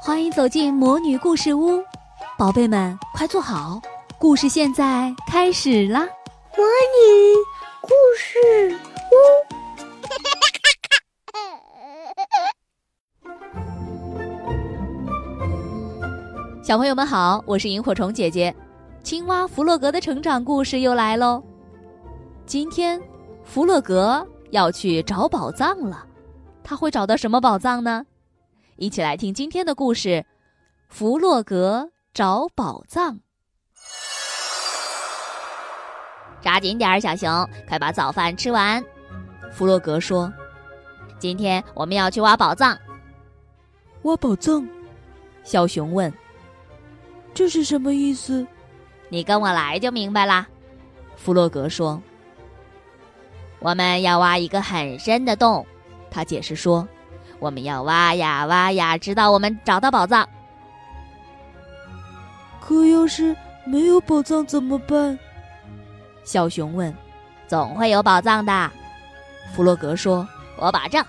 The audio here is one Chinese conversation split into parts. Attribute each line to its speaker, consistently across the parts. Speaker 1: 欢迎走进魔女故事屋，宝贝们快坐好，故事现在开始啦！
Speaker 2: 魔女故事
Speaker 1: 屋，小朋友们好，我是萤火虫姐姐。青蛙弗洛格的成长故事又来喽。今天，弗洛格要去找宝藏了，他会找到什么宝藏呢？一起来听今天的故事《弗洛格找宝藏》。抓紧点儿，小熊，快把早饭吃完。弗洛格说：“今天我们要去挖宝藏。”
Speaker 3: 挖宝藏？
Speaker 1: 小熊问：“
Speaker 3: 这是什么意思？”
Speaker 1: 你跟我来就明白啦。”弗洛格说：“我们要挖一个很深的洞。”他解释说。我们要挖呀挖呀，直到我们找到宝藏。
Speaker 3: 可要是没有宝藏怎么办？
Speaker 1: 小熊问。“总会有宝藏的。”弗洛格说，“我保证。”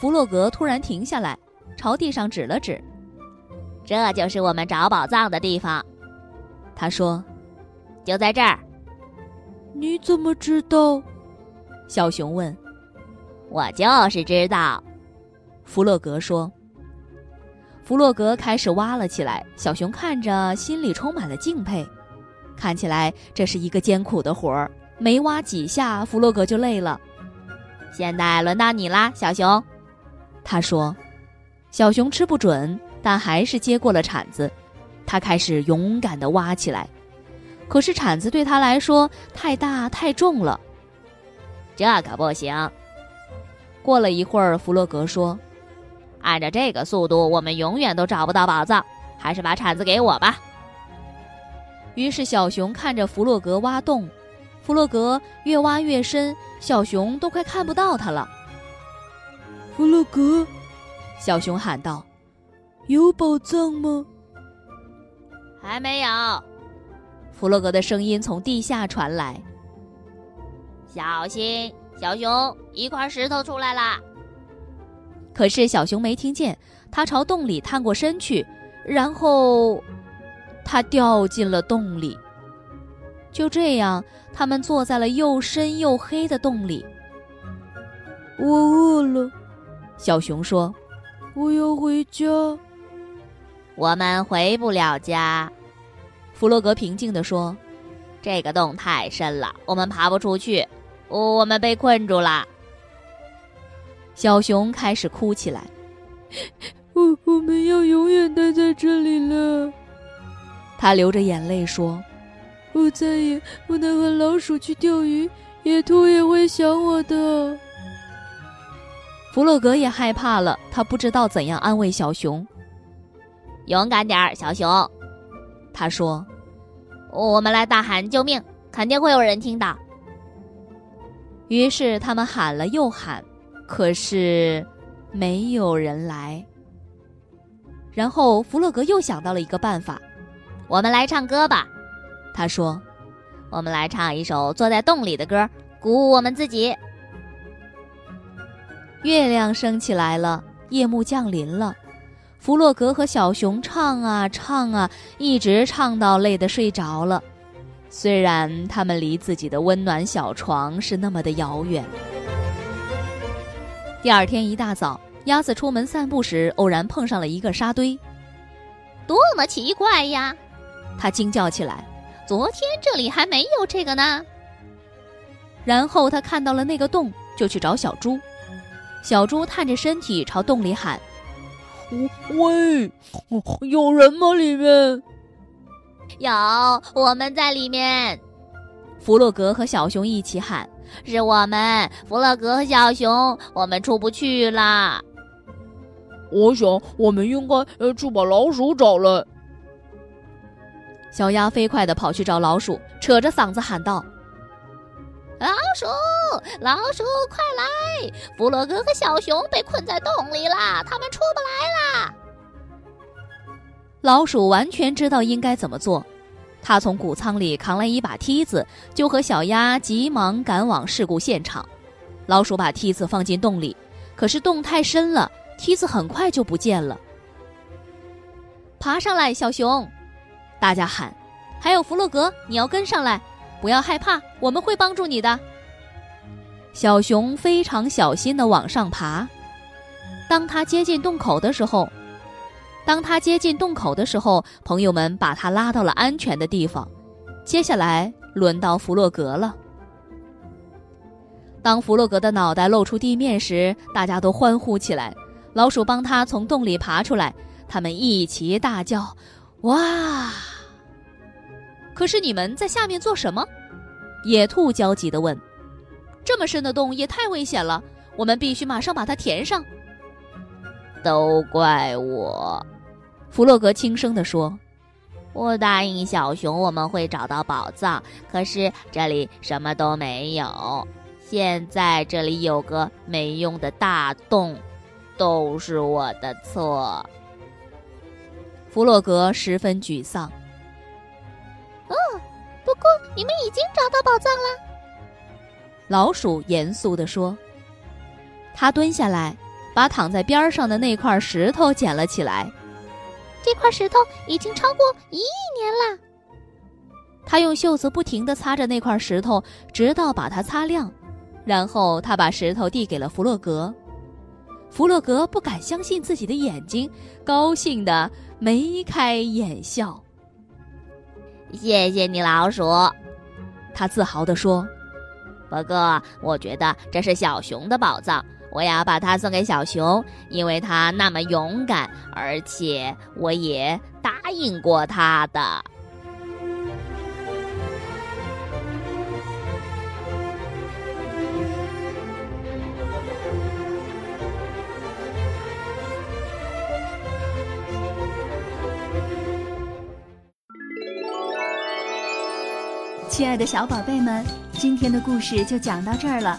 Speaker 1: 弗洛格突然停下来，朝地上指了指，“这就是我们找宝藏的地方。”他说，“就在这儿。”
Speaker 3: 你怎么知道？
Speaker 1: 小熊问。我就是知道，弗洛格说。弗洛格开始挖了起来，小熊看着心里充满了敬佩。看起来这是一个艰苦的活儿，没挖几下，弗洛格就累了。现在轮到你啦，小熊，他说。小熊吃不准，但还是接过了铲子。他开始勇敢地挖起来，可是铲子对他来说太大太重了。这可不行。过了一会儿，弗洛格说：“按照这个速度，我们永远都找不到宝藏，还是把铲子给我吧。”于是，小熊看着弗洛格挖洞，弗洛格越挖越深，小熊都快看不到他了。
Speaker 3: 弗洛格，
Speaker 1: 小熊喊道：“
Speaker 3: 有宝藏吗？”“
Speaker 1: 还没有。”弗洛格的声音从地下传来：“小心！”小熊，一块石头出来啦！可是小熊没听见，它朝洞里探过身去，然后它掉进了洞里。就这样，他们坐在了又深又黑的洞里。
Speaker 3: 我饿了，
Speaker 1: 小熊说：“
Speaker 3: 我要回家。”
Speaker 1: 我们回不了家，弗洛格平静地说：“这个洞太深了，我们爬不出去。”我们被困住了，小熊开始哭起来。
Speaker 3: 我我们要永远待在这里了，
Speaker 1: 他流着眼泪说：“
Speaker 3: 我再也不能和老鼠去钓鱼，野兔也会想我的。”
Speaker 1: 弗洛格也害怕了，他不知道怎样安慰小熊。勇敢点儿，小熊，他说：“我们来大喊救命，肯定会有人听到。”于是他们喊了又喊，可是没有人来。然后弗洛格又想到了一个办法：“我们来唱歌吧。”他说：“我们来唱一首坐在洞里的歌，鼓舞我们自己。”月亮升起来了，夜幕降临了。弗洛格和小熊唱啊唱啊，一直唱到累得睡着了。虽然他们离自己的温暖小床是那么的遥远。第二天一大早，鸭子出门散步时，偶然碰上了一个沙堆。
Speaker 4: 多么奇怪呀！
Speaker 1: 它惊叫起来：“
Speaker 4: 昨天这里还没有这个呢。”
Speaker 1: 然后它看到了那个洞，就去找小猪。小猪探着身体朝洞里喊：“
Speaker 3: 喂，有人吗？里面？”
Speaker 4: 有，我们在里面。
Speaker 1: 弗洛格和小熊一起喊：“
Speaker 4: 是我们，弗洛格和小熊，我们出不去啦！”
Speaker 3: 我想，我们应该呃去把老鼠找来。
Speaker 1: 小鸭飞快地跑去找老鼠，扯着嗓子喊道：“
Speaker 4: 老鼠，老鼠，快来！弗洛格和小熊被困在洞里啦，他们出不来啦！”
Speaker 1: 老鼠完全知道应该怎么做，它从谷仓里扛来一把梯子，就和小鸭急忙赶往事故现场。老鼠把梯子放进洞里，可是洞太深了，梯子很快就不见了。爬上来，小熊！”大家喊：“还有弗洛格，你要跟上来，不要害怕，我们会帮助你的。”小熊非常小心地往上爬。当它接近洞口的时候，当它接近洞口的时候，朋友们把它拉到了安全的地方。接下来轮到弗洛格了。当弗洛格的脑袋露出地面时，大家都欢呼起来。老鼠帮他从洞里爬出来，他们一齐大叫：“哇！”可是你们在下面做什么？野兔焦急地问。“这么深的洞也太危险了，我们必须马上把它填上。”
Speaker 4: 都怪我，
Speaker 1: 弗洛格轻声地说。
Speaker 4: 我答应小熊我们会找到宝藏，可是这里什么都没有。现在这里有个没用的大洞，都是我的错。
Speaker 1: 弗洛格十分沮丧。
Speaker 4: 哦，不过你们已经找到宝藏了，
Speaker 1: 老鼠严肃地说。他蹲下来，把躺在边上的那块石头捡了起来。
Speaker 4: 这块石头已经超过一亿年了。
Speaker 1: 他用袖子不停地擦着那块石头，直到把它擦亮，然后他把石头递给了弗洛格。弗洛格不敢相信自己的眼睛，高兴得眉开眼笑。
Speaker 4: 谢谢你，老鼠，
Speaker 1: 他自豪地说。
Speaker 4: 不过，我觉得这是小熊的宝藏。我要把它送给小熊，因为它那么勇敢，而且我也答应过它的。
Speaker 5: 亲爱的小宝贝们，今天的故事就讲到这儿了。